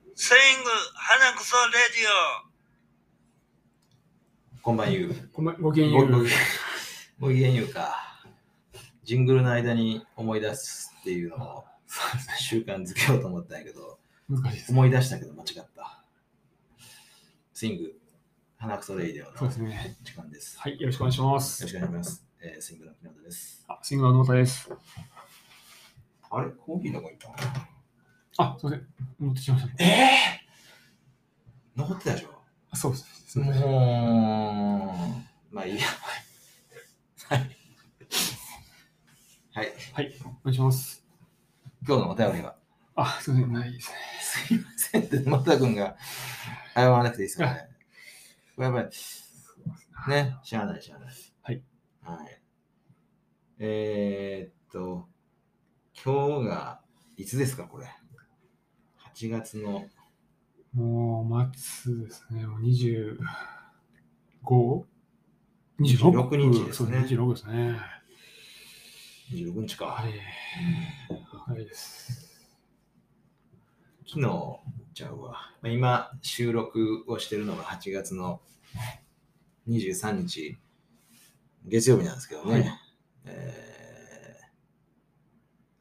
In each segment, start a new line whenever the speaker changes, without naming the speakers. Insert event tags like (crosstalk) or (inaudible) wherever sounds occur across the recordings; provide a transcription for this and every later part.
グ花くそレディ
こんばんゆう。
ごめんごきげんよ
ごご
う。
ごきげんゆうか。ジングルの間に思い出すっていうのを習慣づけようと思ったんやけど、
難しいです。
思い出したけど間違った。スイング、花草レイディオ
そう
の
ですね。
時間です。
はい、よろしくお願いしま
よろ
す。
しくお願いします。えー、スイングの木本です。
あ、シンガーの太田です。
あれコーヒーの子いた
あ、すみません。戻ってきましたね。
ええ残ってたでしょ
あそうです。すいません
もう、まあいいや。はい。はい。
はい、お願いします。
今日のお便りは、
あ、すみません。ないですね。
すいませんって、また君が謝らなくていいですよね。これやばい。ね、知らない、知らない。
はい。
はい。えー、っと、今日が、いつですか、これ。8月の、
もう、末ですね。もう 25?26 26
26日ですね
そう26ですね。
26日か。
はい。早いです。
昨日ちゃうわ。まあ、今、収録をしてるのが8月の23日、月曜日なんですけどね。
はい
えー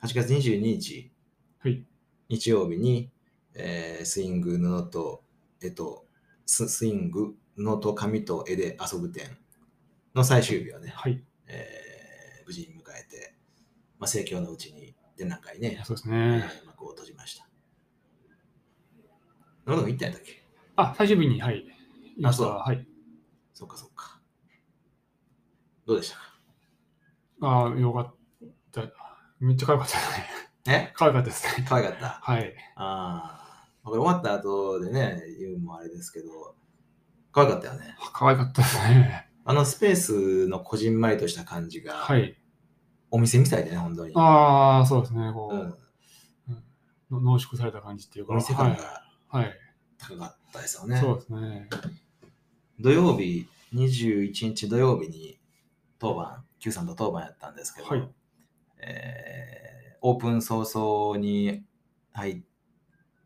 8月22日、
はい
日曜日に、えースイング布と絵とス、スイング布と紙と絵で遊ぶ展の最終日をね、
はい。
えー無事に迎えて、まあ、盛況のうちに展覧会
い
ね
や、そうです
え
ね。
ー幕を閉じました。喉が痛いたんだっけ
あ、最終日に、はい。
あそう
はい。
そっかそっか。どうでしたか
あ、よかった。めっちゃ可愛かった (laughs) ですね。
え
可愛かったですね。
可愛かった。
はい。
ああ。これ終わった後でね、言うのもあれですけど、可愛かったよね。
可愛かったですね。
あのスペースのこじんまりとした感じが、
はい。
お店みたいでね、本当に。
ああ、そうですね。こう
う、ん、
の濃縮された感じっていうか。
お店感
は
が
い。はい
高かったですよね。
そうですね。
土曜日、21日土曜日に当番、Q さんと当番やったんですけど、
はい
えーオープン早々に入っ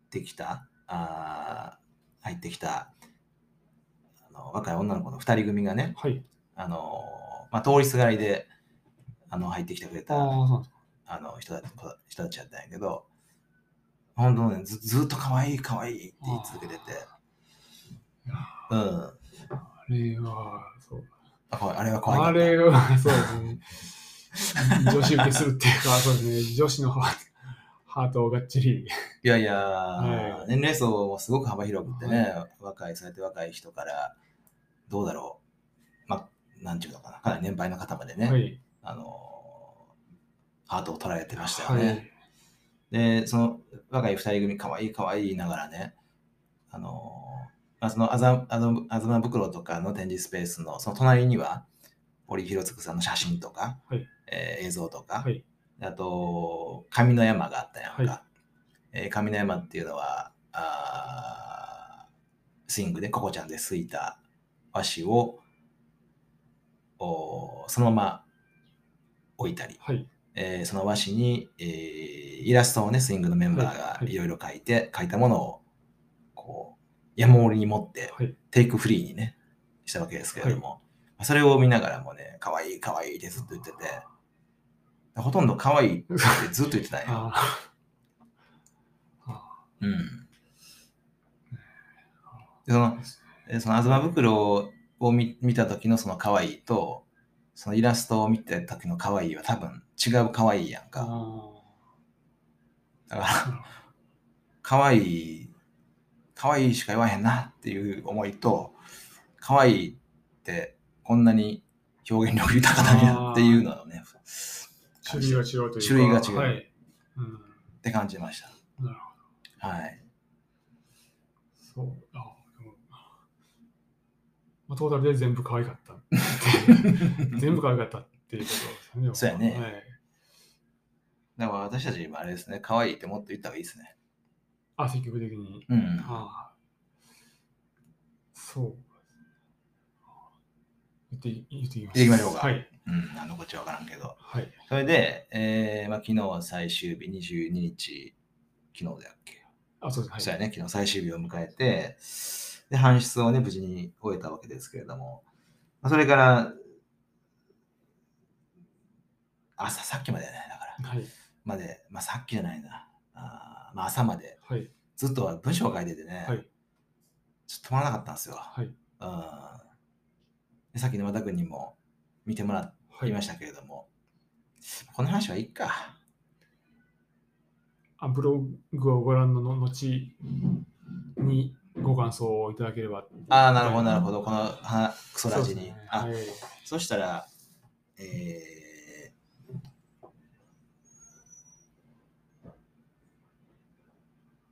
てきた、あー入ってきたあの若い女の子の2人組がね、
はい。
あのまあ、通りすがりであの入ってきてくれ
あ
た
あ、そうなんですか。
あの人たち人たちやったんやけど、本当ね、ずずっと可愛い可愛いって言い続けてて、うん、
あれは、そう。
あこあれは可愛かった
あれは、そ
(laughs)
うですね。女子受けするっていうか、そうですね。女子のハートハートをがっちり。
いやいや、
は
年齢層もすごく幅広くってね、若い、そうやって若い人から、どうだろう、まあ、なんていうのかな、かなり年配の方までね、
はい。
あのーハートを捉えてましたよ
は
ね。
い。
で、その若い二人組、かわいいかわいい言いながらね、あのーまあ、そのあざあざあざま袋とかの展示スペースの、その隣には、堀弘次さんの写真とか、
はい
えー映像とか、
はい
あと、上の山があったやんか。
はい
えー上の山っていうのは、あースイングでココちゃんですいた和紙をおーそのまま置いたり、
はい。
えーその和紙に、えーイラストをねスイングのメンバー
はい
が
はい
いろいろ書いて、書いたものをこう山盛りに持って、
はい
テイクフリーにねしたわけですけれども、それを見ながらもね可愛い可愛いってずっと言っててほとんど可愛いってずっと言ってたんよ、
(laughs) あ
うん、でそのえその東袋を見見た時のその可愛いとそのイラストを見てた時の可愛いは多分違う可愛いやんか、
あ。
だから、可愛い、可愛いしか言わへんなっていう思いと、可愛いってこんなに表現力豊かなんやっていうのをね、
種類が違うというか。
種類が違う
はい。うん。
って感じました。
なるほ
はい。
そう。あでもまあ、トータルで全部可愛かった。
(laughs)
全部可愛かったっていうことですよね。
そうやね
はい、
だから私たち今あれですね、可愛いってもっと言った方がいいですね。
あ、積極的に。
うん。
ああ。そう。言ってい、言っていき
言っ
ます。
ていきましょうか
はい。
うん、あのこっちゃわからんけど。
はい。
それで、えーまあ、昨日最終日22日、昨日だっけ
あ、そうです。はい
そうやね、昨日最終日を迎えて、で、搬出をね、無事に終えたわけですけれども、まあそれから、朝、さっきまでやね、だから、
はい。
まで、まあ、さっきじゃないな、あーまあ、朝まで、
はい。
ずっと文章を書いててね、
はい
ちょっと止まらなかったんですよ。
はい。
うんでさっき沼田君にも見てもら
はいい。
ましたけれども、この話はいいか。
あブログをご覧の後にご感想をいただければ。
ああ、なるほど、なるほ
ど。
ど。このはクソラジに。
そうですね
あ
はい。
そしたら、え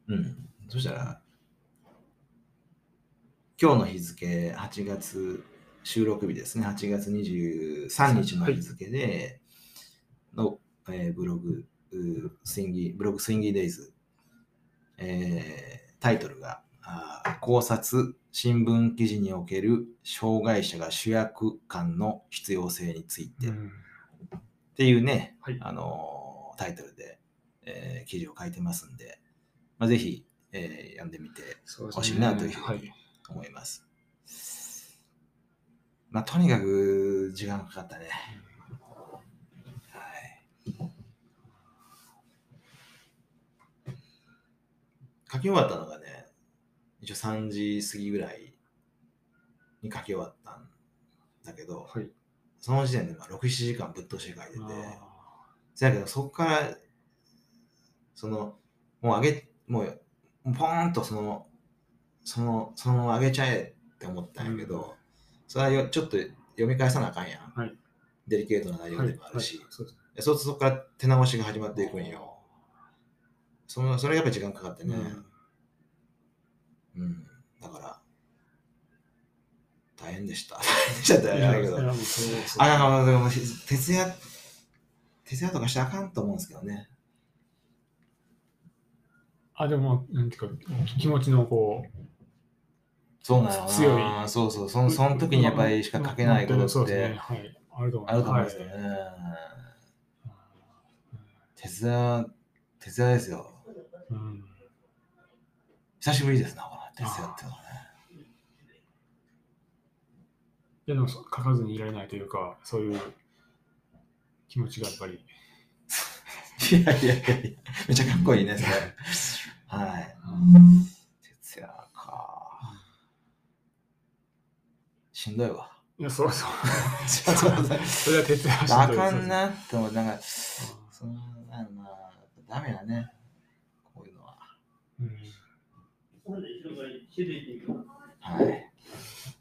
ーうん、そしたら、今日の日付、8月、収録日ですね、8月23日の日付で、の、えーブログ、うスインギー、ブログスインギーデイズ、えータイトルが、あー考察、新聞記事における障害者が主役感の必要性について、
う
っ
ん
ていうね、
はい
あのータイトルで、えー記事を書いてますんで、まあ、ぜひ、えー読んでみて
そうですね
ほしいなというふ
は
う
い
に。思います。まあ、とにかく時間かかったね。はい。書き終わったのがね、一応3時過ぎぐらいに書き終わったんだけど、
はい。
その時点でまあ6、7時間ぶっ通して書いてて、
あ
そやけど、そこから、その、もう上げ、もう、ポーンとその、その、そのまま上げちゃえって思ったんやけど、
うん
それはよちょっと読み返さなあかんやん。
はい
デリケートな内
ー
容
はい
でもあるし、
はいそうですね
でそうするとそこから手直しが始まっていくんよ。そのそれがやっぱ時間かかってね、うん。だから、大変でした。大 (laughs) 変でしたってあ
い
れ
や
だ
いや
け
い
ど
や。もうそうです
あの、でも、徹夜、徹夜とかしたらあかんと思うんですけどね。
あ、でも、なんていうか、気持ちのこう、
そうなのな
強
そうそう。そのその時にやっぱりしか書けないこ
うんうん
と
そう
っ
ですね
て
はい。あると思
あると思うんです
は
よ
い
ね。徹夜、徹夜ですよ。
うん
久しぶりですな、この徹夜っていうのはね。
いやでもそう書かずにいられないというか、そういう気持ちがやっぱり。
いやいやいやいや、めっちゃかっこいいね、それ。はい。徹夜か。しんどいわ。
いや、そうそう。 (laughs)
ちょっと待って
それは徹夜し
あ
んどい
か
です
ん。なって思う。なんか、そんなのな、ダメだね。こういうのは。
うん
はい。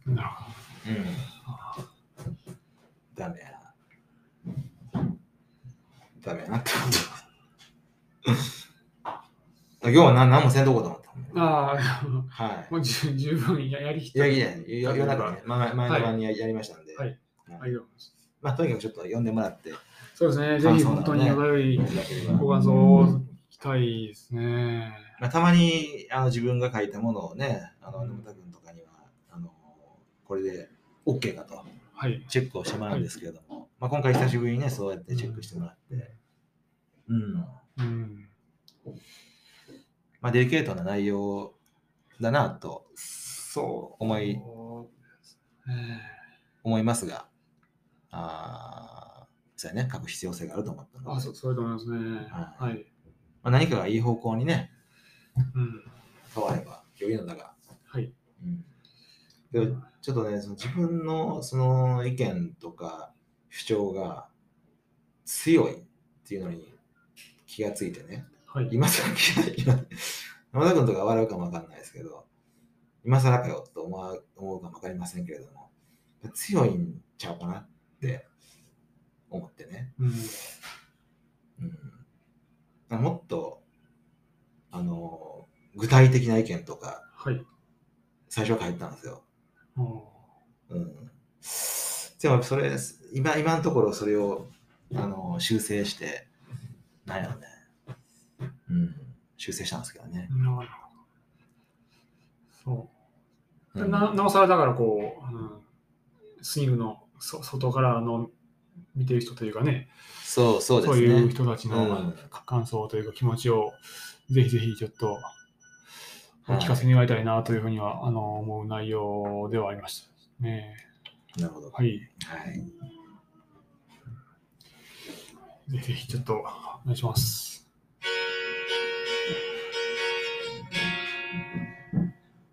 なるほ
うん。ダメやな。ダメやなって思った。今日は何何もせんとこうと思った。
ど。ああ、
はい。
もう十十分ややりきっ
い
た。
やいや、夜夜中ね、まあ前の晩にややりましたんで、
はいありがとうございます。
まあとにかくちょっと読んでもらってい
そうですね、ぜ
感
ひ
想だね
本当にお便り、
ただければ、
ご感想を聞きたいですね。
まあ、たまにあの自分が書いたものをね、あの沼田君とかには、あのこれで OK かと
はい。
チェックをしてもらうんですけれども、まあ、今回久しぶりにね、そうやってチェックしてもらって、うん、
うん。
まあ、デリケートな内容だなと
そう。
思い
そうですね
思いますが、あーそうやね、書く必要性があると思ったので、
あ、そう、そうだと思いますね。
は
は
ま
い。
あ、何かがいい方向にね、
うん。
変われば良いのだが、
はい。
うん、でもちょっとねその自分のその意見とか主張が強いっていうのに気がついてね
はい。
今更気が今山田君とか笑うかもわかんないですけど今更かよと思わ思うかもわかりませんけれども強いんちゃうかなって思ってね、
うん。
うん、だからもっとあの具体的な意見とか
はい。
最初は書いてたんですよ
あー
うんでもそれ今今のところそれをあの修正してないので、うん、修正したんですけどね。
なるほど。そう。
うん
ななおさらだからこう、うん、スイングのそ外からの見てる人というかね
そうそう
そう
ですね。
いう人たちの
うん
か感想というか気持ちをぜひぜひちょっとお聞かせ願いたいなというふうには、あの思う内容ではありましたね。
なるほど。は
はい。
い。
ぜひぜひちょっとお願いします。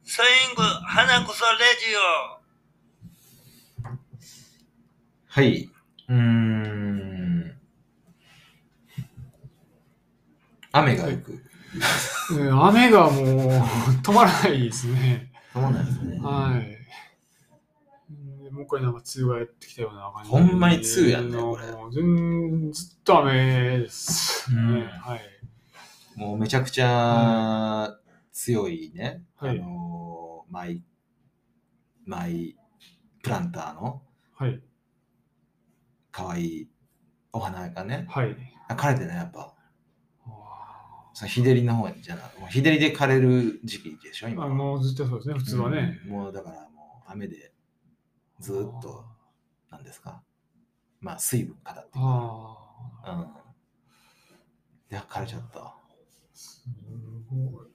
ソイング、花こそレディオ。
はい。うーん。雨がよく。
うん雨がもう止まらないですね。
そうなんですね。
はい。うんもう一回なんか梅雨がやってきたような感じ
ほんまに梅雨やんねこれ
もうずんずっと雨ですね。
うん
はい。
もうめちゃくちゃ強いね、
はい
あのーマイ、マイプランターの
はい。
可愛いお花がね、
はい。
あ枯れてね、やっぱ。
あ
その日照りの方じゃなく、もう日照りで枯れる時期でしょ、今。
もうずっとそうですね、普通はね。
うんもうだからもう雨でずーっと、なんですか。まあ水分かだっていうか。
ああ。
うん。で、枯れちゃった。
すごい。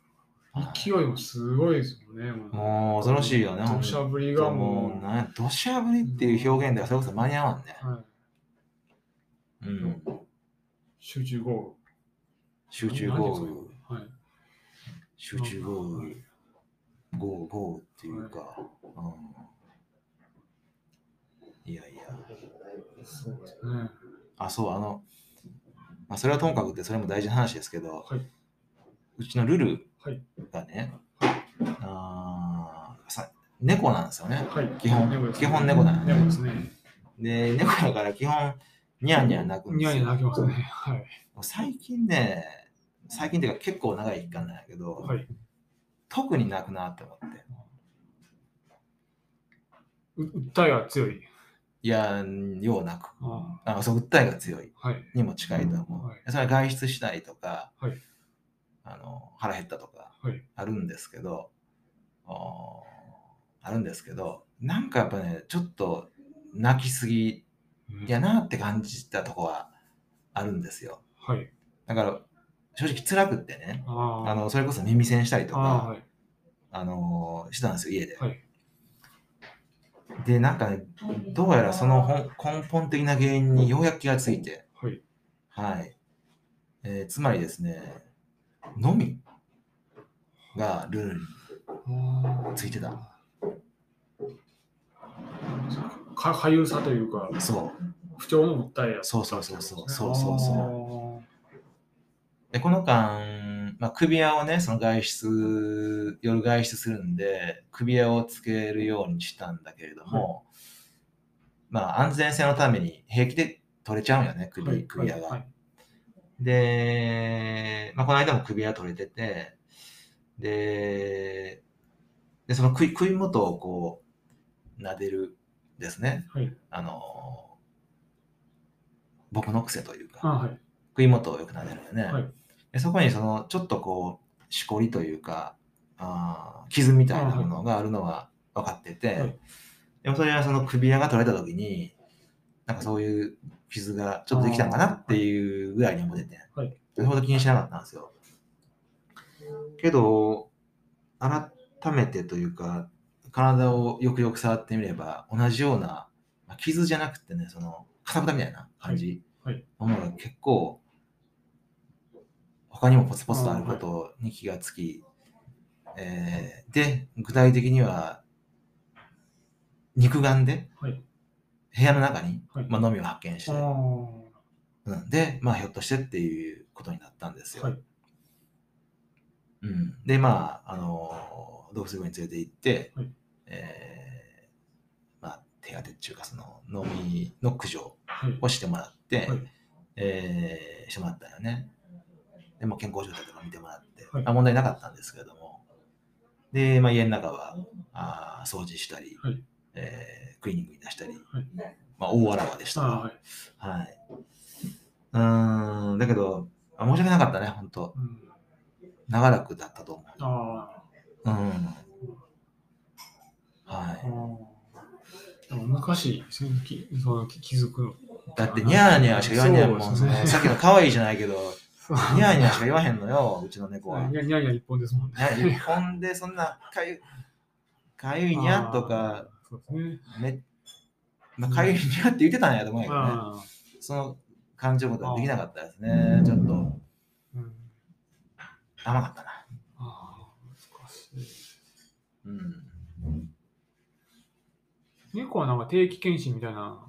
勢いもすごいですもんね。も
もう恐ろしいよね、
う土砂降りがもう。
なんや土砂降りっていう表現ではそれこそ間に合わんね。
はい
うん。
集中豪
集
雨。
中
なんてい
豪
うんです
雨、
かはい。
集中豪雨、豪雨、豪雨っていうか。うん。いやいや。
そうですね。
あ、そう、あの、まあ、それはともかくって、それも大事な話ですけど、
はい。
うちのルル
はい
がね、あーさ猫なんですよね。
はい。
基本
ですね
基本猫だよね
猫ですね。
で、猫だから基本、ニャンニャン鳴くん
ニ
です
ヤ
よ。
ニヤ泣きますね。はい。
最近ね、最近っていうか結構長い期間なんやけど、
はい。
特になくなって思って。
う訴えは強い。
いや、ようなく。
あ
あそう訴えが強い
あはい。
にも近いと思う。
はい
それは外出したいとか、
はい
あの腹減ったとか
はい
あるんですけど、あーあるんですけど、なんかやっぱね、ちょっと泣きすぎやなって感じたとこはあるんですよ。
はい。
だから正直辛くってね、
ああ。
あのそれこそ耳栓したりとか、
ああ、はい。
あのーしたんですよ、家で。
はい
で、なんかね、どうやらその本根本的な原因にようやく気がついて、
はい。
はい。えーつまりですね、のみがルールに
ああ
ついてた。
かかゆさというか、
そ
不調の訴えや
う、。そうそうそうそう、そうそうそう。
う。
で、この間、まあ、首輪をね、その外出、夜外出するんで、首輪をつけるようにしたんだけれども、まあ、安全性のために平気で取れちゃうんよね、首,、
はい
首輪が。
はい
で、まあ、この間も首輪取れてて、で、でその首首元をこう、撫でるですね。
はい。
あのー僕の癖という
あ
か、
あ、はい。
首元をよく撫でるよね。
はい
でそこにその、ちょっとこう、しこりというか、あー傷みたいなものがあるのは分かってて、
はい
でもそれはその首輪が取れた時に、なんかそういう傷がちょっとできたんかなっていうぐらいに思ってて、
はい
それほど気にしなかったんですよ。けど、改めてというか、体をよくよく触ってみれば、同じような、まあ傷じゃなくてね、その、かさぶたみたいな感じ
はいはい
のものが結構、他にもポツポツとあることに気がつき、えーで、具体的には、肉眼で、
はい
部屋の中に、
はい
まあ、のみを発見して、
ああ。
うん、で、まあ、ひょっとしてっていうことになったんですよ。
はい
うん、で、まあ、あのー動物病院に連れて行って、
はい
えーまあ、手当てっていうか、その、飲みの駆除
はい。
をしてもらって、
はい
えーしてもらったよね。で、まあ、健康状態とか見てもらって、
はい
まあ、問題なかったんですけれども、で、まあ、家の中はあー掃除したり、
はい
えークリーニングに出したり、
い
まあ、大あらわでした
あ
が。
あ、はい。
はい。うーん、だけど、あ申し訳なかったね、本当
うん
長らくだったと思
あ
う。
あ。
うん。はい。
でも難しいですね、きそのき気づくの。
だって、ニャーニャーしか言わんにゃんもん
そうです
ね。
ね
さっきの可愛いじゃないけど、
そう
ニ
(laughs)
ヤニヤしか言わへんのよ、うちの猫は。
ニャニャニャ一本ですもんね。
ね日本でそんなかゆかゆいにゃとか、
そうですね。
めまあ、かゆいにゃって言ってたんやと思うんやけどね、
ああ、
その感じることはできなかったですね。ちょっと
うん、
甘かったな。
ああ、難しい。
うん、
猫はなんか定期検診みたいなの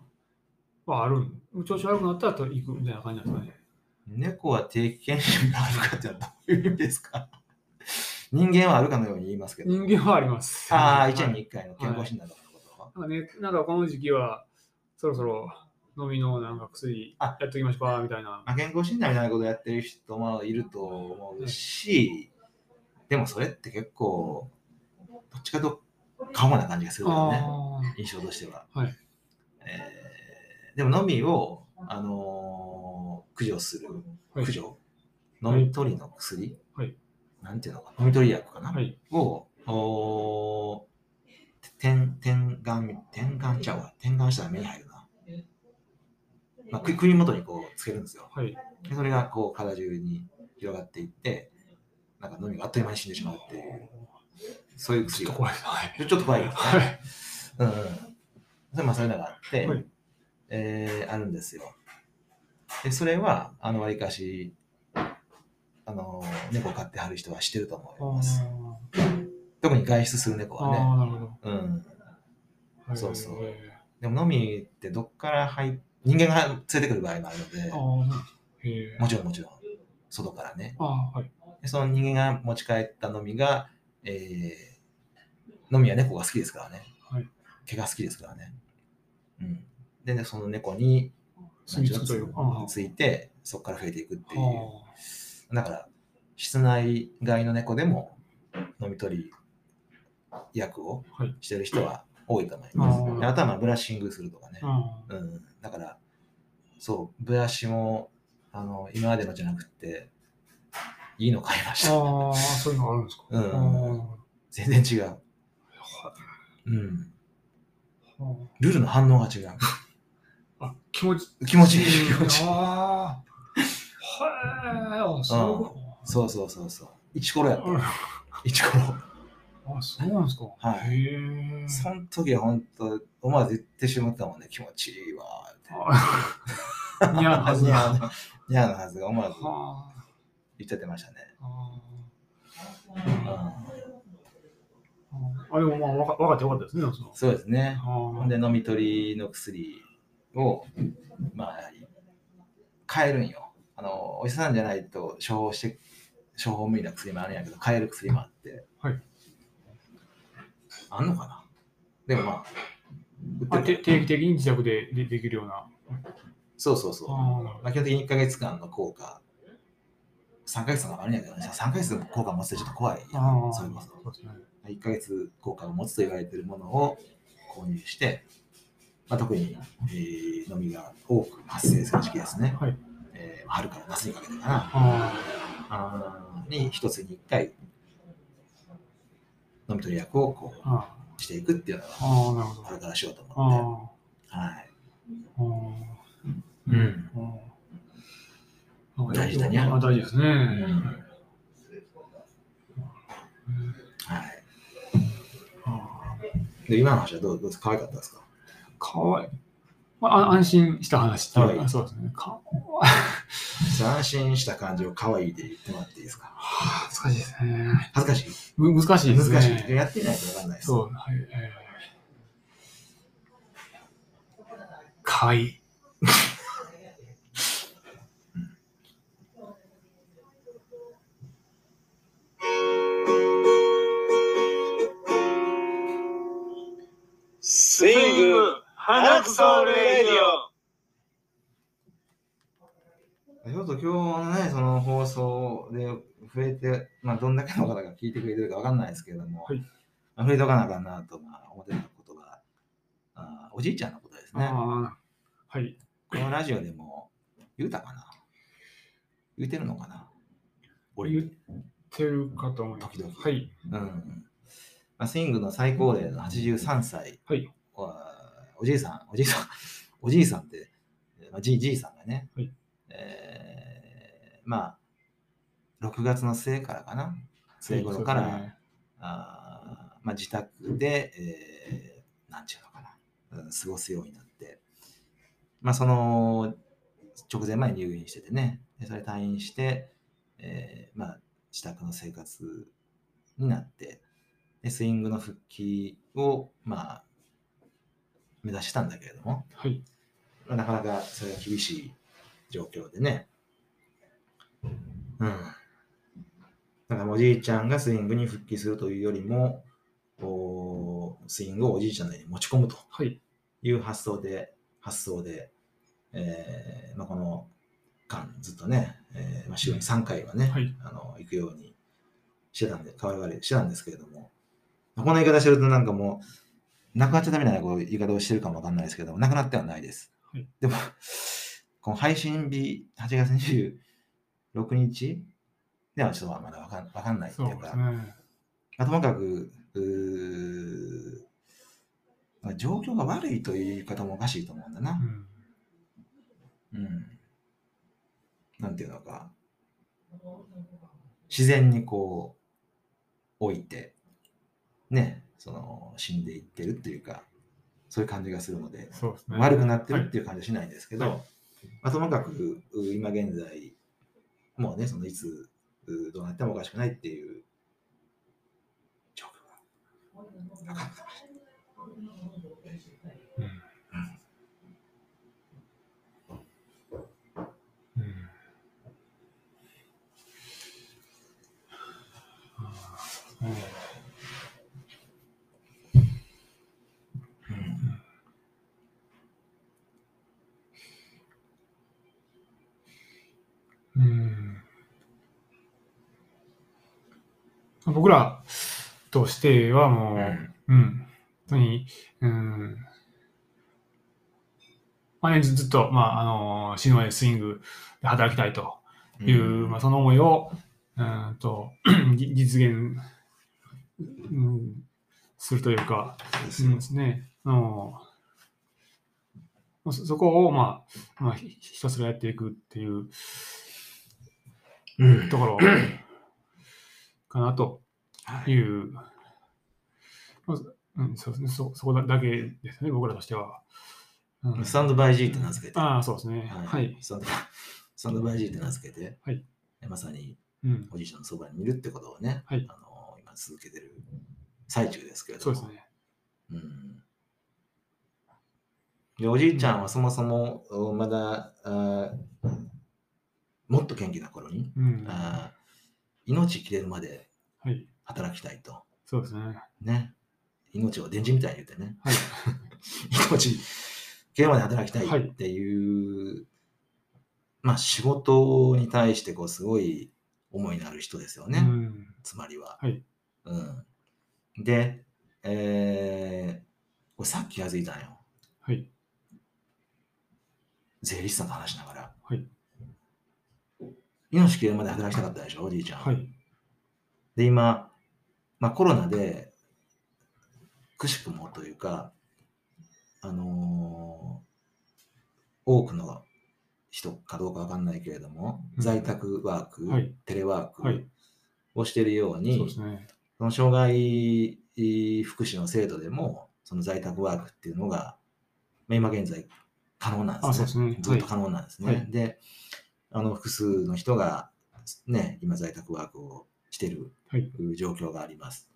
はあるん。調子悪くなったら行くみたいな感じなんですかね。
猫は定期検診があるかってのはどういう意味ですか (laughs) 人間はあるかのように言いますけど。
人間はあります。
ああ、
はい
1年に1回の健康診断のこと、
なんかね、なんかこの時期は、そろそろ飲みのなんか薬や
あ
っときましょうか、みたいな。
まあ、健康診断みたいなことやってる人もいると思うし、でもそれって結構、どっちかと過保護な感じがするからね。
あ
印象としては。
はい
えーでも、のみを、あのー駆除する。
あ、はい
駆。除飲み取りの薬、
はい
なんていうのかな飲み取り薬かな、
はい。
を、おー点、点眼、点眼ちゃうわ。点眼したら目に入るな。まあ、く首元にこうつけるんですよ。
はい。
でそれがこう体中に広がっていって、なんか飲みがあっという間に死んでしまうっていう、そういう
ち
薬
ょっ
が
と怖いです。はい。
ちょちょっと怖いよね
(laughs) はい。
うんうん。でまあ、そういうのがあって、
はい
えーあるんですよ。で、それは、あの、わりかし、あの、猫飼ってはる人は知ってると
あ
思います。
ー
特に外出する猫
あ
はね。
ー、なるほど。
うん。
はい
そうそう
はい
でも、のみってどっから入っ人間が連れてくる場合もあるので
あ、ーなるほどへー
もちろんもちろん、外からね。
あー、はい。
でその人間が持ち帰ったのみが、えー、のみは猫が好きですからね。
はい
毛が好きですからね。うん。で、ね、その猫に、
住み着くというか。あー
ついて、そこから増えていくってい
は
う。だから、室内外の猫でも飲み取り薬を
はい
してる人は多いと思います。
あー
であとはまあブラッシングするとかね
あ。あー
うん。だから、そう、ブラシも、あの、今までのじゃなくて、いいの買いました。
あー、そういうのがあるんですか。
うん
あーなるほど
全然違う。うん。
は
ルルの反応が違
ああ、気持ち
う。気持ちいい。 (laughs) 気持ちいい。
ああ。はい。あ、そう。
そうそうそうそう。イチコロやった
うん。
イチコロ。
あ、そうなんですか。
はい
へえ。
その時は本当、思わず言ってしまったもんね、気持ちいいわーって。
あ似合うは
(laughs)
ず
似
だ。
合うニャーのはずが思わず
はあ
言っちゃってましたね。
あ
うん
ーあでもまあわか分かってよかったですね。その
そうですね。ほ
あ
ん
ー
で、飲み取りの薬を、まあ、やはり買えるんよ。あの、お医者さんじゃないと処方して、処方無理な薬もあるんやけど、買える薬もあって。
はい。
あんのかなでもまあ、売
あ
って
て
る
定期的に自宅ででできるような。
そうそうそう。
あ
まあ、基本的に1ヶ月間の効果、3ヶ月のあるんやけどね、3ヶ月の効果を持つとちょっと怖い
ーあー。
それこそ。
そうですね。
1ヶ月効果を持つと言われているものを購入して、まあ、特に、えー、飲みが多く発生する時期ですね、
はい
えー春から夏にかけてかな
あ
あーに一つに1回飲み取り役をこ
ーあ
うしていくっていうのは
ー。あーなるほ
これからしようと
ど。
思って、
あ
はい
あ。ああ。
うん
うん
大事だね
あ大事です
う
ね。
んはい、で今の話はどうどうですか可愛かったですか
かわいい。まあ、あ安心した話ってい
は
うか、
い
そうですね。か
安心した感じを可愛いで言ってもらっていいですか
はあ難しいですね。
恥ずかしい
む難しいですね。
難しい、やってみないと分かんないです
そう、はい。えー、かわいい。
スイング花くそレディオ
ちょっと今日のね、その放送で触れて、まあ、どんだけの方が聞いてくれてるかわかんないですけれども、
はい
まあ触れとかなあかんなとまあ思ってたことがあー、おじいちゃんのことですね。
あーはい。
このラジオでも言うたかな言うてるのかな俺、
言
う
ってるかと思います。
時々
はい。
んまあ、スイングの最高齢の83歳、
はい
はおじいさん、おじいさん、おじいさんって、まあ、じいじいさんがね、
はい
えーまあ、 6月の末からかな末頃から、あーまあ、自宅で、えーなんちゅうのかな、うん、過ごすようになって、まあ、その直前まで入院しててね、でそれ退院して、えーまあ、自宅の生活になって、でスイングの復帰を、まあ、目指したんだけれども、
はい。
まあなかなかそれが厳しい状況でね。うん。だからおじいちゃんがスイングに復帰するというよりも、おースイングをおじいちゃんの家に持ち込むと
はい。
いう発想で、発想で、えーまあ、この間ずっとね、えーまあ、週に3回はね、
はい。
あの行くようにしてたんで、代わりしてたんですけれども、この言い方してるとなんかもう、なくなっちゃったみたいなこう言い方をしてるかもわかんないですけども、なくなってはないです。
はい
でも、この配信日、8月26日ではちょっとまだわかんわかんないって
そう
いう
です
か、
ね。
まあともかく、うーまあ状況が悪いという言い方もおかしいと思うんだな。
うん。
うんなんていうのか、自然にこう、置いて、ね、その、死んでいってるっていうか、そういう感じがするので、
そうですね。
悪くなってるっていう感じはしないんですけど、
はい
まあ、ともかく、う今現在、もうね、そのいつうどうなってもおかしくないっていう状況が分かってました。
うん。うん。ああそうですね
うん
うん僕らとしてはもう、
うん
うん、本当に、うん、まあね、ずずっと、まあ、あの、死ぬまでスイングで働きたいという、まあ、その思いを、うんと、 (clears throat) ぎ実現、うん、するというか、
です
う
よ
んですね。あのまあそそこを、まあ、まあ、ひひたすらやっていくっていう
うん
ところ (clears throat) かなと
はい
いう、まずうん、そうですね、そそこだだけですね、僕らとしては。うん、
スタンドバイ G って名付けて、
ああ、そうですね。はい。
はい、サンドサンドバイジーって名付けて、
はい
まさに
うん、
おじいちゃんのそばにいるってことをね、
はい
あの今続けてる最中ですけれど
そう
も
ですね。
うんでおじいちゃんはそもそもおまだあーもっと元気な頃に、
うん。は
あー命切れるまで
い。
働きたいと
そうですね。はい。
ね命を電池みたいに言ってね命切れるまで働きたいっていう、まあ仕事に対してこうすごい思いのある人ですよね。
うん。
つまりは。
はい
うん、で、えー、これさっき気がづいたんよ。
はい。
税理士さんと話しながら。
はい
命切れるまで働きたかったでしょ、おじいちゃん。
はい。
で、今、まあ、コロナで、くしくもというか、あのー多くの人かどうかわかんないけれども、
うん
在宅ワーク、
はい
テレワ
は
ー
い
クをしているように、
そうですね。
その障害福祉の制度でも、その在宅ワークっていうのが、まあ今現在可能なん
ああ、
です
そう
ね。
ですね。
ずっと可能なんですね。
はい
で、あの複数の人が、ね、今在宅ワークをしてる
はい
状況があります。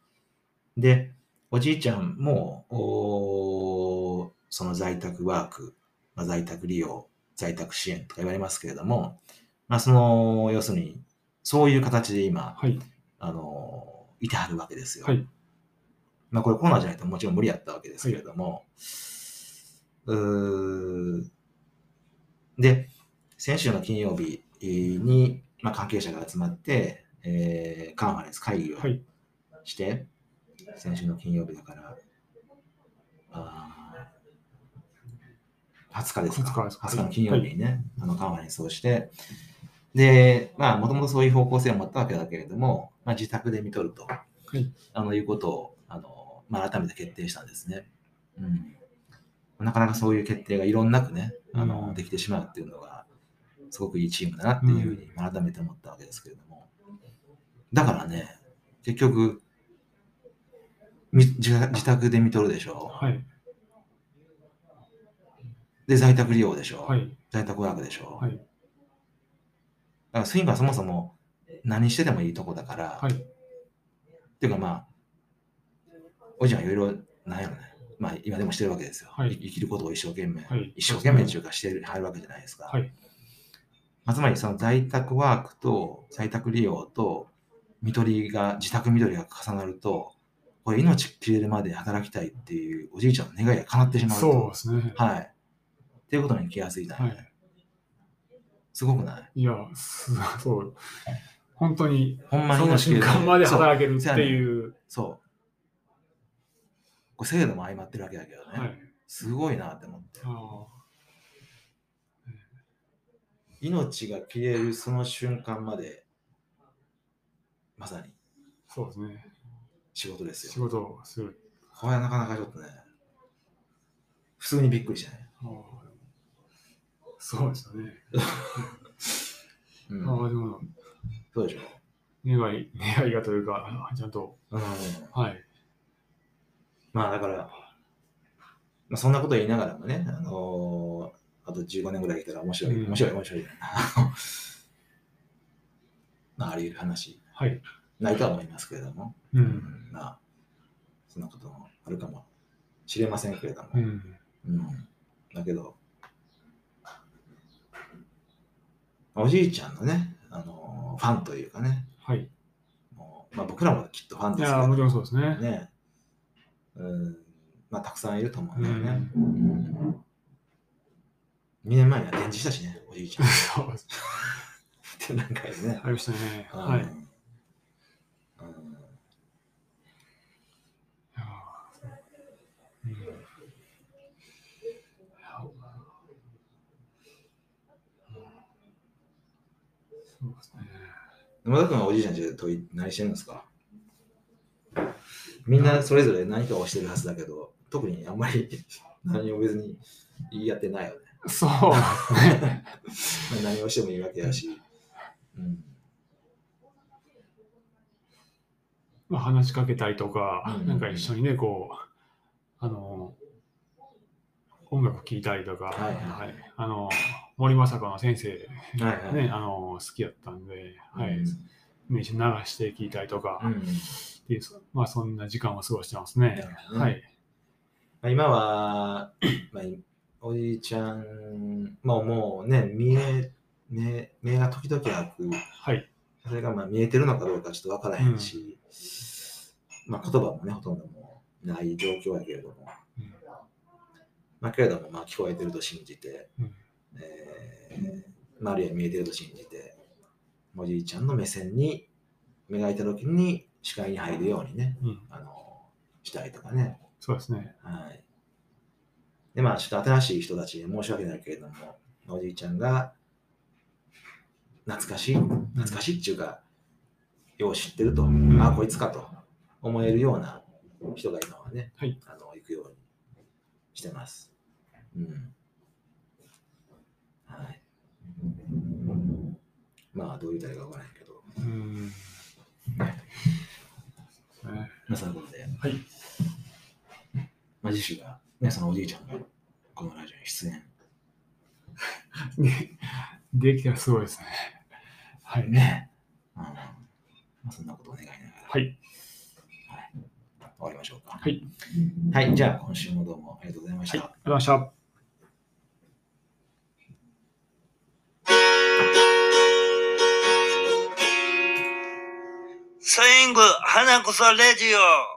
で、おじいちゃんも、おーその在宅ワーク、まあ、在宅利用、在宅支援とか言われますけれども、まあ、その、要するに、そういう形で今、
はい。
あのいてはるわけですよ。
はい
まあ、これコロナじゃないともちろん無理やったわけですけれども、うーで、先週の金曜日に、まあ、関係者が集まって、えーカンファレンス会議を
はい。
して、先週の金曜日だから、あー20日ですか。
20日ですか
20の金曜日にね、あのカンファレンスをして、で、まあ、もともとそういう方向性を持ったわけだけれども、まあ、自宅で見とると、
い
あのいうことを、あのまあ、改めて決定したんですね。うんなかなかそういう決定がいろんなくね、あの
うん
できてしまうっていうのが、すごくいいチームだなっていうふうに改めて思ったわけですけれども、だからね、結局、み自自宅で見とるでしょ。
はい。
で、在宅利用でしょ。
はい。
在宅ワークでしょ。
はい
だからスイングはそもそも何してでもいいとこだから、
はい
っていうかまあ、おじいちゃんいろいろなんやろね。まあ今でもしてるわけですよ。
はい
い生きることを一生懸命、
はい
一生懸命中華してる入るわけじゃないですか。
はい
まあ、つまりその在宅ワークと在宅利用と見取りが自宅見取りが重なると、これ命切れるまで働きたいっていうおじいちゃんの願いが叶ってしまうと。
そうですね。
はい。っていうことに気がついたん
は
で、
い。
すごくない
いや、す (laughs) そう。本当に、
ほんまに
その
命切れ
瞬
る
間まで
そう
働けるっていう。
そう。これ制度も相まってるわけだけどね。
はい。
すごいなって思って。
あ
命が消えるその瞬間まで、まさに
ーそうですね。
仕事です
仕
よ。
事をする。
これはなかなかちょっとね、普通にびっくりしたね。
あーそうですよね。
う
ああ、
ん、
でも、
そうでしょ。
願い、願いがというか、ちゃんと、
うん、
はい。
まあだから、まあ、そんなこと言いながらもね、あのーあと15年ぐらい来たら面白い、
うん
面白い、面白い。 (laughs) まあ、あり得る話
はい。
ないとは思いますけれども。
う。
うんんまあ、そんなこともあるかもしれませんけれども。
うん。
うんだけど、おじいちゃんのね、あのーファンというかね、
はい。
もうまあ、僕らもきっとファン
い
です
やー、も
け
ちろんそうですね
ど。ね、うんまあ、たくさんいると思うんだよね。2年前には展示したしね、おじいちゃん。
(laughs) そうです
展覧会でね。
ありましたね。はい。い
うんうん
やーうんいやうんそうですね。
野田君はおじいちゃんちで問い何してるんですかみんなそれぞれ何かをしてるはずだけど、特にあんまり (laughs) 何も別に言い合ってないよね。
そうですね。
何をしてもいいわけだし。うん。
まあ、話しかけたりとか、
うん
なんか一緒にね、こう、あの、音楽聴いたりとか、
はい
あの、森まさかの先生、
はいはい
ね、あの、好きやったんで、はい、
うん
ね一緒に流して聴いたりとか、
うん
っていうそまあ、そんな時間を過ごしてますね。
うん
はい。
まあ今は、まあ、おじいちゃん、まあもうね、見え、目目が時々開く。
はい。
それがまあ見えてるのかどうかちょっとわからへんし、まあ言葉もね、ほとんどもうない状況やけれども。
うん
まあ、けれども、まあ、聞こえてると信じて、
うん
えーまあ、あるいは見えてると信じて、おじいちゃんの目線に、目が開いた時に視界に入るようにね、
うん、
あのしたりとかね。
そうですね。
はい。で、まあ、ちょっと新しい人たちに申し訳ないけれども、おじいちゃんが、懐かしい、懐かしいっていうか、よう知ってると、
ん
ああ、こいつかと思えるような人が今はね、
はい
あの行くようにしてます。うん。はい。まあ、どういうたらいいかわからないけど、
うん。 (laughs) ね
まあ、そういうことで、
はい。
まあ、次週が、ね、そのおじいちゃんが、このラジオに出演。
でできたらすごいですね。はい。
ね。うん。まあ、そんなことを願いながら
はい。
終わりましょうか。
はい。
はい。じゃあ、今週もどうもありがとうございまし
はい。ありがとう
た。
ございました。
スイング花子さレディオ